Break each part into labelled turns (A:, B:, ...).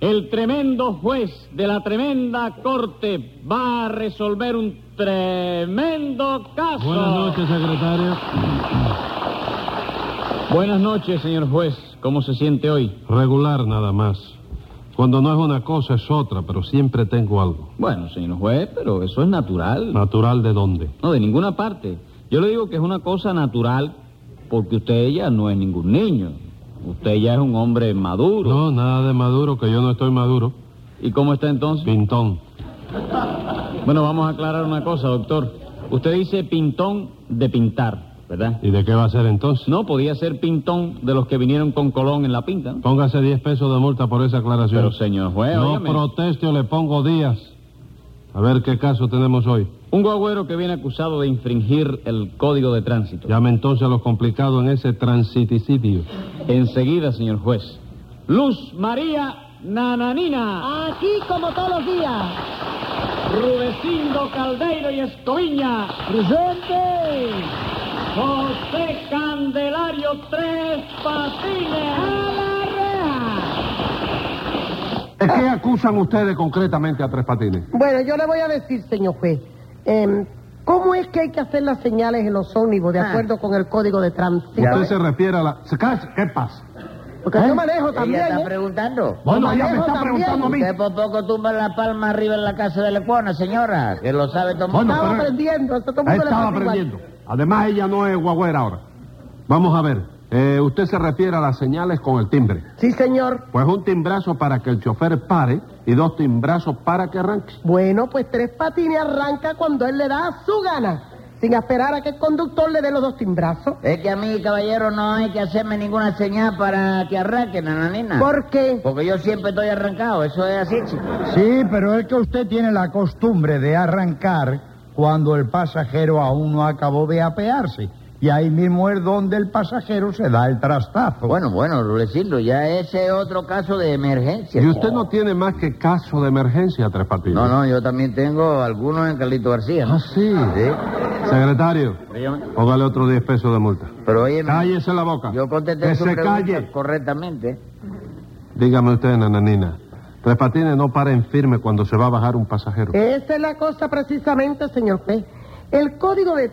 A: El tremendo juez de la tremenda corte va a resolver un tremendo caso.
B: Buenas
C: Oh.
B: noches, secretario.
A: Buenas noches, señor juez. ¿Cómo se siente hoy?
B: Regular nada más. Cuando no es una cosa es otra, pero siempre tengo algo.
A: Bueno, señor juez, pero eso es natural.
B: ¿Natural de dónde?
A: No, de ninguna parte. Yo le digo que es una cosa natural porque usted ya no es ningún niño. Usted ya es un hombre maduro.
B: No, nada de maduro, que yo no estoy maduro.
A: ¿Y cómo está entonces?
B: Pintón.
A: Bueno, vamos a aclarar una cosa, doctor. Usted dice pintón de pintar, ¿verdad?
B: ¿Y de qué va a ser entonces?
A: No, podía ser pintón de los que vinieron con Colón en la pinta, ¿no?
B: Póngase 10 pesos de multa por esa aclaración.
A: Pero, señor juez,
B: no
A: óigame.
B: protesto, le pongo días. A ver qué caso tenemos hoy.
A: Un guagüero que viene acusado de infringir el código de tránsito.
B: Llame entonces a los complicados en ese transiticidio.
A: Enseguida, señor juez. Luz María Nananina,
D: Aquí como todos los días.
A: Rudecindo Caldeiro y Escoviña,
D: Presente.
A: José Candelario Tres Patines. ¡A la reja!
B: ¿De qué acusan ustedes concretamente a Tres Patines?
D: Bueno, yo le voy a decir, señor juez, em, ¿cómo es que hay que hacer las señales en los ómnibus
C: Ah.
D: de acuerdo con el código de tránsito?
B: Usted se refiere a la... ¿Se calla? ¿Qué pasa?
D: Porque yo manejo también.
C: Ella está
D: ¿eh?
C: preguntando.
B: Bueno,
D: Yo
B: ya me
D: manejo
B: está
D: también.
B: preguntando a mí.
C: Usted por poco tumba la palma arriba en la casa de Lecuona, señora, que lo sabe todo el mundo.
B: Bueno,
D: Estaba
B: pero-
D: aprendiendo, eso todo el
B: Ahí
D: mundo le
B: estaba
D: pasa igual.
B: aprendiendo. Además, ella no es guagüera ahora. Vamos a ver. eh, usted se refiere a las señales con el timbre.
D: Sí, señor.
B: Pues un timbrazo para que el chofer pare y dos timbrazos para que arranque.
D: Bueno, pues tres patines arranca cuando él le da a su gana, sin esperar a que el conductor le dé los dos timbrazos.
C: Es que a mí, caballero, no hay que hacerme ninguna señal para que arranque, nananina.
D: ¿Por qué?
C: Porque yo siempre estoy arrancado, eso es así, chico.
E: Sí, pero es que usted tiene la costumbre de arrancar cuando el pasajero aún no acabó de apearse. Y ahí mismo es donde el pasajero se da el trastazo.
C: Bueno, bueno, Rudecindo, ya ese es otro caso de emergencia.
B: Y usted no tiene más que caso de emergencia, Tres Patines.
C: No, no, yo también tengo algunos en Carlito García. ¿no?
B: Ah, sí.
C: Sí.
B: Secretario,
C: Dígame.
B: póngale otro 10 pesos de multa.
C: Pero oye,
B: Cállese la boca.
C: yo contesté
B: que
C: su
B: se
C: pregunta
B: calle.
C: correctamente.
B: Dígame usted, nananina. Tres Patines no para en firme cuando se va a bajar un pasajero.
D: Esa es la cosa precisamente, señor juez. El código de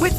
F: With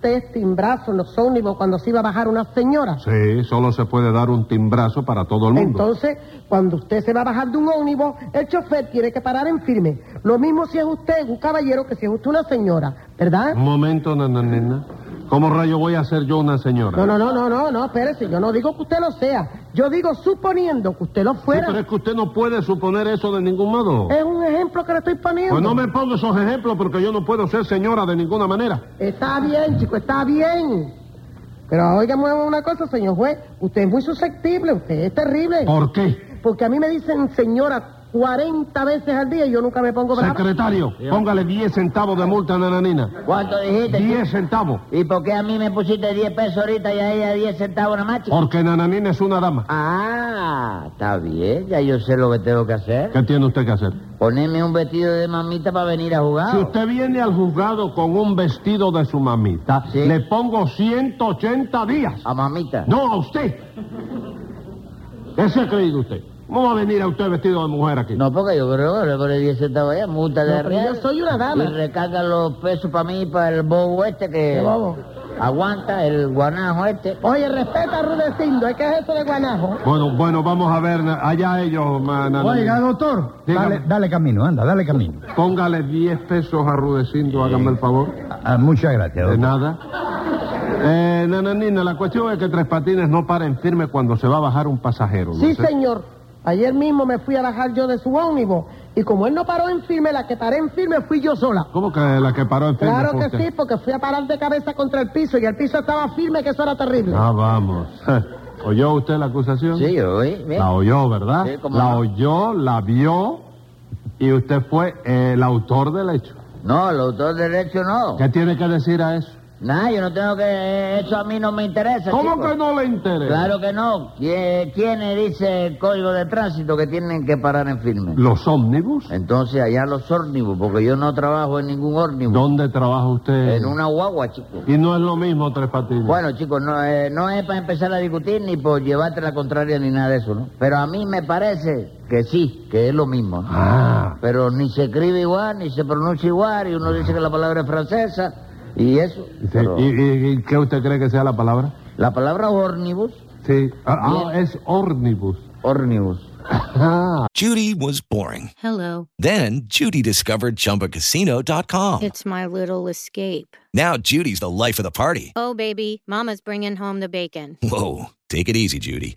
D: test timbrazo en los ómnibus cuando se iba a bajar una señora.
B: Sí, solo se puede dar un timbrazo para todo el mundo.
D: Entonces, cuando usted se va a bajar de un ómnibus, el chofer tiene que parar en firme. Lo mismo si es usted un caballero que si es usted una señora, ¿verdad?
B: Un momento, nananina. ¿Cómo rayo voy a ser yo una señora?
D: No, no, no, no, no, no, espérese, yo no digo que usted lo sea. Yo digo suponiendo que usted lo
B: Sí,
D: fuera. Eh,
B: pero es que usted no puede suponer eso de ningún modo.
D: Es un ejemplo que le estoy poniendo.
B: Pues no me pongo esos ejemplos porque yo no puedo ser señora de ninguna manera.
D: Está bien, chico, está bien. Pero óigame una cosa, señor juez. Usted es muy susceptible, usted es terrible.
B: ¿Por qué?
D: Porque a mí me dicen señora 40 veces al día y yo nunca me pongo bravo.
B: Secretario, póngale 10 centavos de multa a Nananina.
C: ¿Cuánto dijiste?
B: 10 centavos.
C: ¿Y por qué a mí me pusiste 10 pesos ahorita y a ella 10 centavos nada más, chico?
B: Porque Nananina es una dama.
C: Ah, está bien, ya yo sé lo que tengo que hacer.
B: ¿Qué tiene usted que hacer?
C: Ponerme un vestido de mamita para venir a jugar.
B: Si usted viene al juzgado con un vestido de su mamita, le pongo 180 días.
C: ¿A mamita?
B: No, a usted. ¿Qué se ha creído usted? ¿Cómo va a venir a usted vestido de mujer aquí?
C: No, porque yo creo que le pone 10 centavos allá, multa de
D: No, pero
C: real.
D: yo soy una dama.
C: Y recarga los pesos para mí, para el bobo este que...
D: ¿Qué bobo?
C: Aguanta el guanajo este.
D: Oye, respeta a Rudecindo, ¿eh? ¿qué es eso de guanajo?
B: Bueno, bueno, vamos a ver. na- Allá ellos, ma- Nananina.
E: Oiga, doctor,
B: Dígame.
E: dale, dale camino, anda, dale camino.
B: Póngale 10 pesos a Rudecindo, hágame el favor.
E: Ah, muchas gracias,
B: De
E: doctor.
B: nada. Eh, nananina, la cuestión es que Tres Patines no paren firme cuando se va a bajar un pasajero. ¿no
D: Sí,
B: sé?
D: señor. Ayer mismo me fui a bajar yo de su ómnibus. Y como él no paró en firme, la que paré en firme fui yo sola.
B: ¿Cómo que la que paró en firme?
D: Claro
B: fue
D: que
B: usted?
D: sí, porque fui a parar de cabeza contra el piso y el piso estaba firme, que eso era terrible.
B: Ah, vamos. ¿Oyó usted la acusación?
C: Sí, yo oí. bien.
B: La oyó, ¿verdad?
C: Sí, cómo
B: la
C: no.
B: oyó, la vio y usted fue eh, el autor del hecho.
C: No, el autor del hecho no.
B: ¿Qué tiene que decir a eso?
C: Nada, yo no tengo que... Eso a mí no me interesa,
B: ¿Cómo
C: chico.
B: que no le interesa?
C: Claro que no. ¿Qui- ¿Quiénes dice el código de tránsito que tienen que parar en firme?
B: ¿Los ómnibus?
C: Entonces allá los ómnibus, porque yo no trabajo en ningún ómnibus.
B: ¿Dónde trabaja usted?
C: En una guagua, chico.
B: Y no es lo mismo Tres Patines.
C: Bueno, chicos, no, eh, no es para empezar a discutir ni por llevarte la contraria ni nada de eso, ¿no? Pero a mí me parece que sí, que es lo mismo, ¿no?
B: Ah.
C: Pero ni se escribe igual, ni se pronuncia igual, y uno dice que la palabra es francesa, y eso.
B: Sí,
C: Pero
B: ¿Y, y- y qué usted cree que sea la palabra?
C: La palabra ómnibus,
B: Sí. Ah, ah, es ómnibus.
C: Ómnibus.
G: Judy was boring.
H: Hello.
G: Then Judy discovered ChumbaCasino.com.
H: It's my little escape.
G: Now Judy's the life of the party.
H: Oh, baby, Mama's bringing home the bacon.
G: Whoa, take it easy, Judy.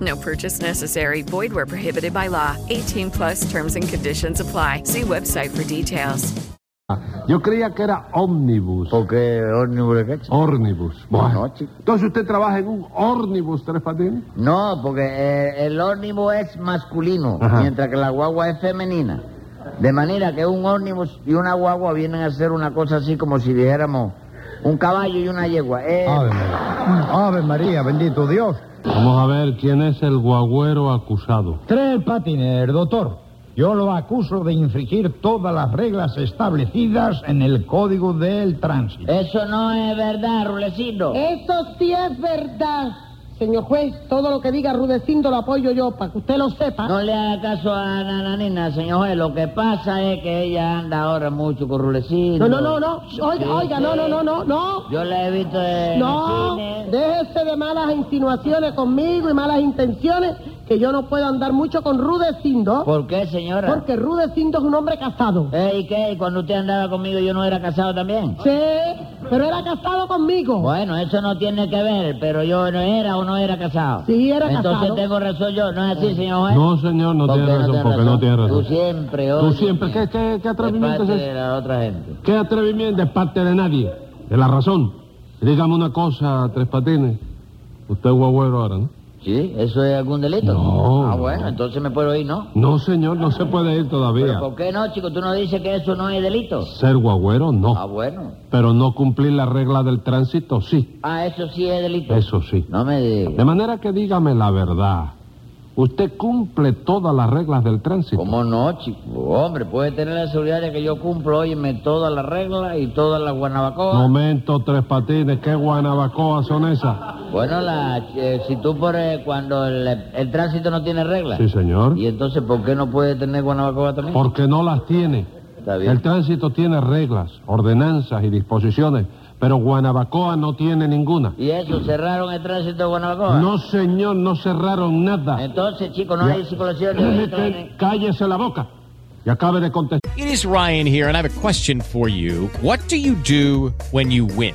F: No purchase necessary. Void where prohibited by law. 18 plus terms and conditions apply. See website for details.
B: Yo creía que era ómnibus. ¿Por
C: qué ómnibus de
B: Ómnibus. Bueno,
C: No, chico.
B: entonces usted trabaja en un ómnibus, Tres Patines.
C: No, porque eh, el ómnibus es masculino,
B: Ajá.
C: mientras que la guagua es femenina. De manera que un ómnibus y una guagua vienen a ser una cosa así como si dijéramos un caballo y una yegua. Eh,
B: Ah.
E: Ave María. mm, Ave María, bendito Dios.
B: Vamos a ver quién es el guagüero acusado.
E: Tres patines, doctor. Yo lo acuso de infringir todas las reglas establecidas en el Código del Tránsito.
C: Eso no es verdad, Rulecito.
D: Eh. Eso sí es verdad. Señor juez, todo lo que diga Rudecindo lo apoyo yo, para que usted lo sepa.
C: No le haga caso a Nananina, señor juez. Lo que pasa es que ella anda ahora mucho con Rulecito.
D: No, no, no, no. Oiga, oiga, no, no, no, no, no.
C: Yo la he visto en
D: No,
C: el cine.
D: déjese de malas insinuaciones conmigo y malas intenciones, que yo no puedo andar mucho con Rudecindo.
C: ¿Por qué, señora?
D: Porque Rudecindo es un hombre casado.
C: Eh, ¿Y qué? ¿Y cuando usted andaba conmigo yo no era casado también?
D: Sí, pero era casado conmigo.
C: Bueno, eso no tiene que ver, pero yo no era o no era casado.
D: Sí, era
C: Entonces
D: casado.
C: tengo razón yo, ¿no es así, señor juez?
B: No, señor, no
C: ¿Por
B: tiene
C: qué no
B: razón,
C: tiene
B: porque no
C: razón?
B: tiene razón.
C: Tú siempre,
B: Tú
C: oye,
B: siempre, ¿qué, qué, qué
C: de
B: atrevimiento es
C: parte
B: ese?
C: de la otra gente.
B: ¿Qué atrevimiento es parte de nadie? De la razón. Dígame una cosa, Tres Patines. Usted es guagüero ahora, ¿no?
C: ¿Sí? ¿Eso es algún delito?
B: No.
C: Ah, bueno, entonces me puedo ir, ¿no?
B: No, señor, no se puede ir todavía.
C: ¿Pero por qué no, chico? ¿Tú no dices que eso no es delito?
B: Ser guagüero, no.
C: Ah, bueno.
B: Pero no cumplir la regla del tránsito, sí.
C: Ah, eso sí es delito.
B: Eso sí.
C: No me digas.
B: De manera que dígame la verdad. ¿Usted cumple todas las reglas del tránsito?
C: ¿Cómo no, chico? Hombre, puede tener la seguridad de que yo cumplo, óyeme, todas las reglas y todas las guanabacoas.
B: Momento, Tres Patines, qué guanabacoas son esas.
C: Bueno, la, eh, si tú por eh, cuando el, el tránsito no tiene reglas.
B: Sí, señor.
C: Y entonces, ¿por qué no puede tener Guanabacoa también?
B: Porque no las tiene.
C: Está bien.
B: El tránsito tiene reglas, ordenanzas y disposiciones, pero Guanabacoa no tiene ninguna.
C: ¿Y eso? ¿Cerraron el tránsito de Guanabacoa?
B: No, señor, no cerraron nada.
C: Entonces, chicos, no
B: Ya.
C: hay circulación de
B: Cállese,
C: vehículos.
B: cállese la boca y acabe de contestar.
I: It is Ryan here, and I have a question for you. What do you do when you win?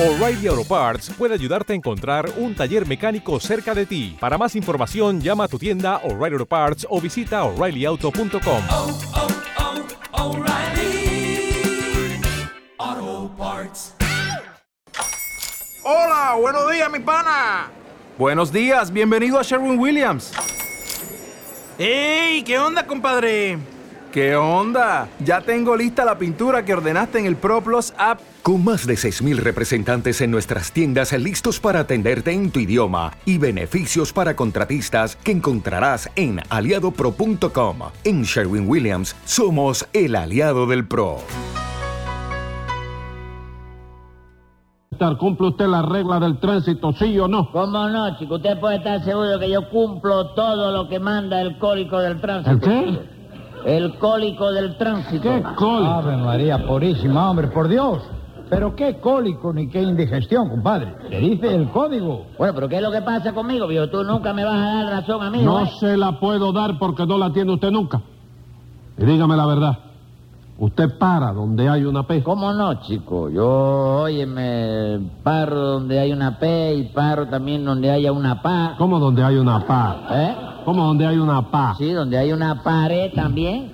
J: O'Reilly Auto Parts puede ayudarte a encontrar un taller mecánico cerca de ti. Para más información, llama a tu tienda O'Reilly Auto Parts o visita oreillyauto.com.
K: Hola, buenos días, mi pana.
L: Buenos días, bienvenido a Sherwin Williams.
K: ¡Ey! ¿Qué onda, compadre?
L: ¿Qué onda? Ya tengo lista la pintura que ordenaste en el ProPlus app.
M: Con más de 6.000 representantes en nuestras tiendas listos para atenderte en tu idioma y beneficios para contratistas que encontrarás en aliadopro.com. En Sherwin Williams somos el aliado del PRO.
B: ¿Cumple usted las reglas del tránsito, sí o no?
C: ¿Cómo no, chico? Usted puede estar seguro que yo cumplo todo lo que manda el cólico del tránsito.
E: ¿El qué?
C: El cólico del tránsito. Ah,
E: Ave María Purísima, hombre, por Dios. Pero qué cólico ni qué indigestión, compadre. Te dice el código.
C: Bueno, pero ¿qué es lo que pasa conmigo, viejo? Tú nunca me vas a dar razón a mí,
B: No
C: ¿eh?
B: se la puedo dar porque no la tiene usted nunca. Y dígame la verdad. Usted para donde hay una P.
C: ¿Cómo no, chico? Yo, óyeme, paro donde hay una P y paro también donde haya una PA.
B: ¿Cómo donde hay una PA?
C: ¿Eh?
B: ¿Cómo donde hay una PA?
C: Sí, donde hay una pared también.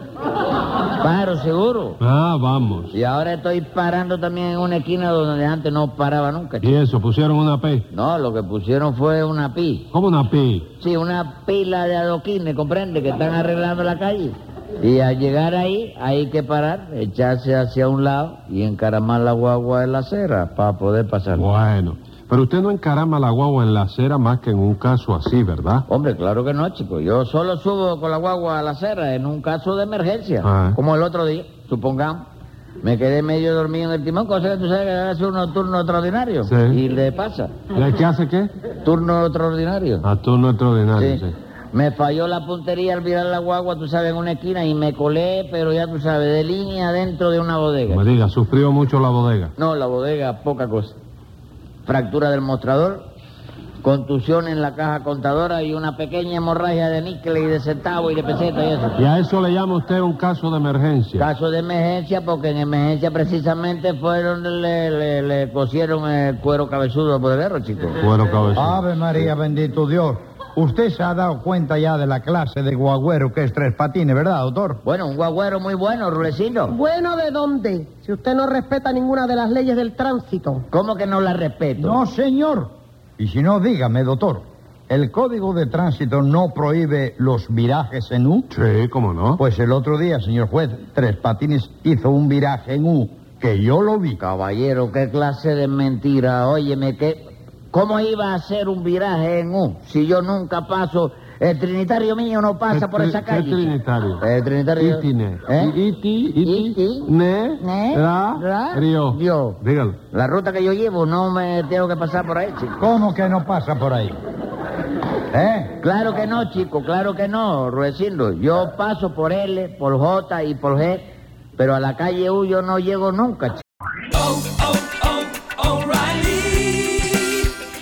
C: Paro seguro.
B: Ah, vamos.
C: Y ahora estoy parando también en una esquina donde antes no paraba nunca.
B: ¿Y eso? ¿Pusieron una P?
C: No, lo que pusieron fue una pi.
B: ¿Cómo una P?
C: Sí, una pila de adoquines, comprende, que están arreglando la calle. Y al llegar ahí, hay que parar, echarse hacia un lado y encaramar la guagua en la acera para poder pasar.
B: Bueno, pero usted no encarama la guagua en la acera más que en un caso así, ¿verdad?
C: Hombre, claro que no, chico. Yo solo subo con la guagua a la acera en un caso de emergencia.
B: Ah.
C: Como el otro día, supongamos. Me quedé medio dormido en el timón, cosa que tú sabes que hace un turno extraordinario.
B: Sí.
C: Y le pasa.
B: ¿Y ¿Qué hace qué?
C: Turno extraordinario.
B: A turno extraordinario,
C: Sí.
B: Ah, sí.
C: Me falló la puntería al virar la guagua, tú sabes, en una esquina y me colé, pero ya tú sabes, de línea dentro de una bodega.
B: Me diga, sufrió mucho la bodega.
C: No, la bodega, poca cosa. Fractura del mostrador, contusión en la caja contadora y una pequeña hemorragia de níquel y de centavo y de peseta y eso.
B: Y a eso le llama usted un caso de emergencia.
C: Caso de emergencia, porque en emergencia precisamente fue donde le, le, le cosieron el cuero cabezudo por el perro, chico. Ah,
B: Cuero cabezón.
E: Ave María, bendito Dios. Usted se ha dado cuenta ya de la clase de guagüero que es Tres Patines, ¿verdad, doctor?
C: Bueno, un guagüero muy bueno, Rulecino.
D: Bueno, ¿de dónde? Si usted no respeta ninguna de las leyes del tránsito.
C: ¿Cómo que no la respeto?
E: No, señor. Y si no, dígame, doctor. ¿El código de tránsito no prohíbe los virajes en U?
B: Sí, ¿cómo no?
E: Pues el otro día, señor juez, Tres Patines hizo un viraje en U, que yo lo vi.
C: Caballero, qué clase de mentira. Óyeme, ¿qué... ¿cómo iba a hacer un viraje en U si yo nunca paso? El trinitario mío no pasa
B: ¿Qué
C: por
B: tri-
C: esa
B: qué
C: calle.
B: trinitario?
C: El trinitario.
B: Itine.
C: ¿Eh?
B: Iti, iti,
C: Iti,
B: ne,
C: ne,
B: ra,
C: ra,
B: río.
C: río.
B: Dígalo.
C: La ruta que yo llevo no me tengo que pasar por ahí, chico.
E: ¿Cómo que no pasa por ahí? ¿Eh?
C: Claro que no, chico, claro que no, Ruecindo. Yo paso por L, por J y por G, pero a la calle U yo no llego nunca, chico.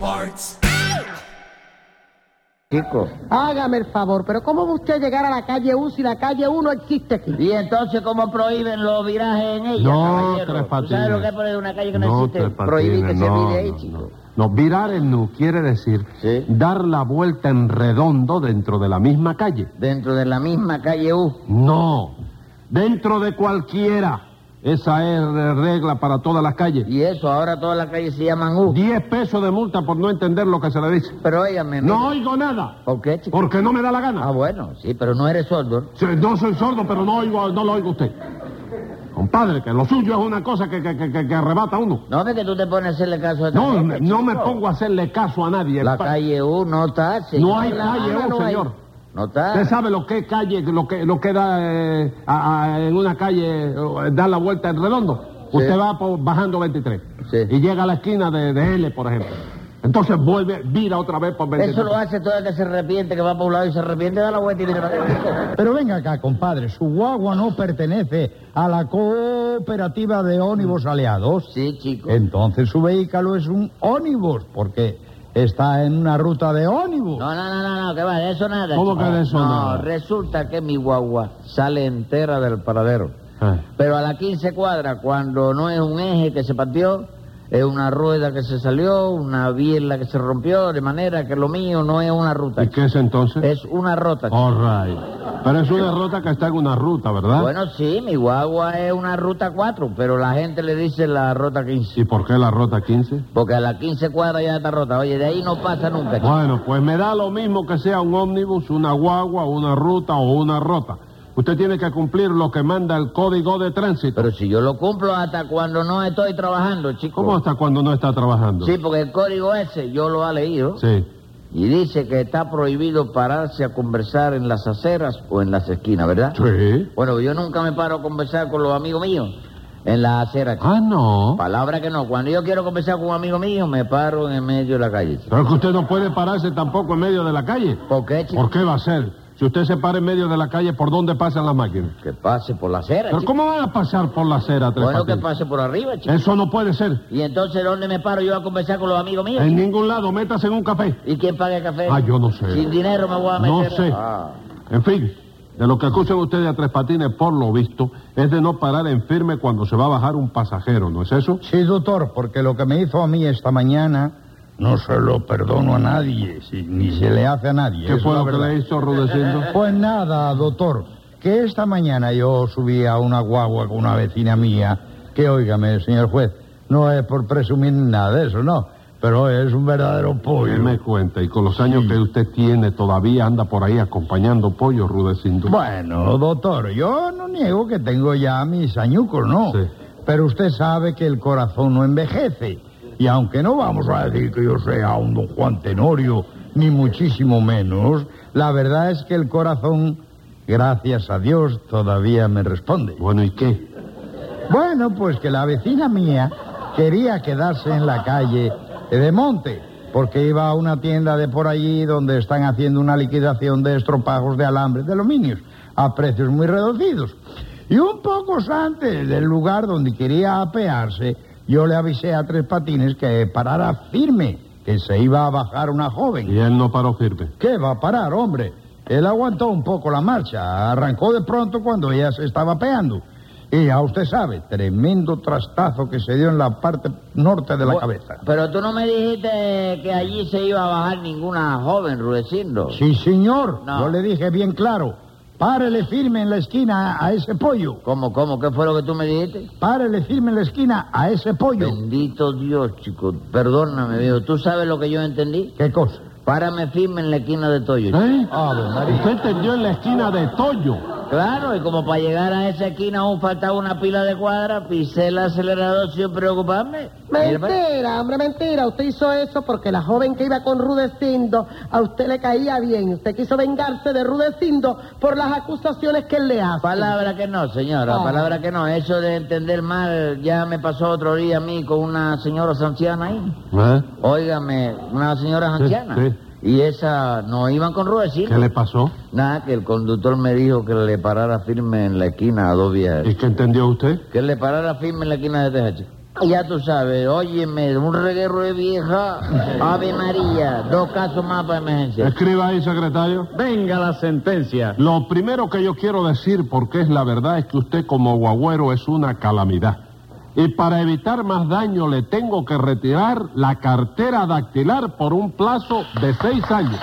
N: Parts.
C: Chico.
D: Hágame el favor, pero ¿cómo va usted a llegar a la calle U si la calle U no existe aquí?
C: Y entonces, ¿cómo prohíben los virajes en ella,
B: No,
C: caballero?
B: Tres
C: ¿Tú
B: Patines.
C: ¿Sabes lo que es poner una calle que no,
B: No,
C: existe?
B: Tres
C: Prohibir que
B: Patines,
C: se
B: no,
C: vire ahí,
B: no,
C: chico.
B: No, virar el nu quiere decir dar la vuelta en redondo dentro de la misma calle.
C: Dentro de la misma calle U.
B: No, dentro de cualquiera. Esa es eh, regla para todas las calles.
C: Y eso, ahora todas las calles se llaman U.
B: Diez pesos de multa por no entender lo que se le dice.
C: Pero óigame,
B: No oigo nada,
C: ¿Por qué, chico?
B: porque no me da la gana.
C: Ah, bueno, sí, pero no eres sordo.
B: Sí, No soy sordo, pero no oigo, no lo oigo a usted. Compadre, que lo suyo es una cosa que, que, que- que- que arrebata a uno.
C: No, ve que tú te pones a hacerle caso a esta
B: No,
C: gente,
B: me- no me
C: chico.
B: pongo a hacerle caso a nadie.
C: La
B: Pa-
C: calle U no está, sí.
B: No hay
C: La
B: calle
C: Habana
B: U,
C: no hay.
B: señor.
C: No está.
B: Usted sabe lo que es calle, lo que, lo que da eh, a- a- en una calle, eh, dar la vuelta en redondo.
C: Sí.
B: Usted va por- bajando 23
C: Sí.
B: y llega a la esquina de, de L, por ejemplo. Entonces vuelve, vira otra vez por 23.
C: Eso lo hace todo el que se arrepiente, que va por un lado y se arrepiente, da la vuelta y viene para acá.
E: Pero venga acá, compadre, su guagua no pertenece a la cooperativa de ónibus aliados.
C: Mm. Sí, chico.
E: Entonces su vehículo es un ónibus, porque está en una ruta de ónibus.
C: No, no, no, no, no, que va, de eso nada.
B: ¿Cómo
C: chico.
B: que de eso
C: no,
B: nada?
C: resulta que mi guagua sale entera del paradero.
B: Ah.
C: Pero a las 15 cuadras, cuando no es un eje que se partió, es una rueda que se salió, una biela que se rompió, de manera que lo mío no es una ruta.
B: ¿Y
C: chico.
B: qué es entonces?
C: Es una rota. chico.
B: All right. Pero es una ruta que está en una ruta, ¿verdad?
C: Bueno, sí, mi guagua es una ruta 4, pero la gente le dice la ruta 15.
B: ¿Y por qué la ruta 15?
C: Porque a las 15 cuadras ya está rota. Oye, de ahí no pasa nunca. chico.
B: Bueno, pues me da lo mismo que sea un ómnibus, una guagua, una ruta o una rota. Usted tiene que cumplir lo que manda el código de tránsito.
C: Pero si yo lo cumplo hasta cuando no estoy trabajando, chico.
B: ¿Cómo hasta cuando no está trabajando?
C: Sí, porque el código ese yo lo he leído.
B: Sí.
C: Y dice que está prohibido pararse a conversar en las aceras o en las esquinas, ¿verdad?
B: Sí.
C: Bueno, yo nunca me paro a conversar con los amigos míos en las aceras. chico.
B: Ah, no.
C: Palabra que no. Cuando yo quiero conversar con un amigo mío, me paro en el medio de la calle. chico.
B: Pero es que usted no puede pararse tampoco en medio de la calle.
C: ¿Por qué, chico?
B: ¿Por qué va a ser? Si usted se para en medio de la calle, ¿por dónde pasan las máquinas?
C: Que pase por la acera,
B: ¿Pero
C: chico.
B: cómo van a pasar por la acera, Tres
C: Bueno, que
B: Patines?
C: pase por arriba, chico.
B: Eso no puede ser.
C: ¿Y entonces dónde me paro yo a conversar con los amigos míos?
B: En
C: chico?
B: ningún lado, métase en un café.
C: ¿Y quién paga el café?
B: Ah, yo no sé.
C: Sin dinero me voy a
B: No
C: meter.
B: sé.
C: Ah.
B: En fin, de lo que acusan ustedes a Tres Patines, por lo visto, es de no parar en firme cuando se va a bajar un pasajero, ¿no es eso?
E: Sí, doctor, porque lo que me hizo a mí esta mañana no se lo perdono a nadie, si- ni se le hace a nadie.
B: ¿Qué
E: es
B: fue
E: la
B: lo que
E: verdad.
B: le hizo Rudecindo?
E: Pues nada, doctor, que esta mañana yo subí a una guagua con una vecina mía, que óigame, señor juez, no es por presumir ni nada de eso, no, pero es un verdadero
B: Oye,
E: pollo.
B: me cuenta, y con los años que usted tiene, todavía anda por ahí acompañando pollo, Rudecindo.
E: Bueno, doctor, yo no niego que tengo ya mis añucos, ¿no?
B: Sí.
E: Pero usted sabe que el corazón no envejece. Y aunque no vamos a decir que yo sea un don Juan Tenorio, ni muchísimo menos, la verdad es que el corazón, gracias a Dios, todavía me responde.
B: Bueno, ¿y qué?
E: Bueno, pues que la vecina mía quería quedarse en la calle de Monte, porque iba a una tienda de por allí donde están haciendo una liquidación de estropajos de alambre de aluminios a precios muy reducidos. Y un poco antes del lugar donde quería apearse, yo le avisé a Tres Patines que parara firme, que se iba a bajar una joven.
B: Y él no paró firme.
E: ¿Qué va a parar, hombre? Él aguantó un poco la marcha, arrancó de pronto cuando ella se estaba apeando. Y ya usted sabe, tremendo trastazo que se dio en la parte norte de la
C: Bu-
E: cabeza.
C: Pues, Pero tú no me dijiste que allí se iba a bajar ninguna joven, Rudecindo.
E: Sí, señor.
C: No.
E: Yo le dije bien claro. Párele firme en la esquina a ese pollo.
C: ¿Cómo, cómo? ¿Qué fue lo que tú me dijiste?
E: Párele firme en la esquina a ese pollo.
C: Bendito Dios, chico. Perdóname, viejo. ¿Tú sabes lo que yo entendí?
E: ¿Qué cosa?
C: Párame firme en la esquina de Toyo. chico.
B: ¿Eh?
E: Ave María.
B: Usted tendió en la esquina de Toyo.
C: Claro, y como para llegar a esa esquina aún faltaba una pila de cuadra, pisé el acelerador sin preocuparme.
D: Mentira, hombre, mentira. Usted hizo eso porque la joven que iba con Rudecindo a usted le caía bien. Usted quiso vengarse de Rudecindo por las acusaciones que él le hace.
C: Palabra que no, señora,
D: Ah.
C: palabra que no. Eso de entender mal ya me pasó otro día a mí con una señora anciana ahí.
B: ¿Eh?
C: Óigame, una señora
B: Sí,
C: anciana.
B: sí.
C: Y esa no iban con
B: ¿Qué
C: Rudecindo.
B: le pasó?
C: Nada, que el conductor me dijo que le parara firme en la esquina a dos viajes.
B: ¿Y qué entendió usted?
C: Que le parara firme en la esquina de Tejachi. Ya tú sabes, óyeme, un reguero de vieja, Ave María, dos casos más para emergencia.
B: Escriba ahí, secretario.
O: Venga la sentencia.
B: Lo primero que yo quiero decir, porque es la verdad, es que usted como guagüero es una calamidad. Y para evitar más daño le tengo que retirar la cartera dactilar por un plazo de seis años.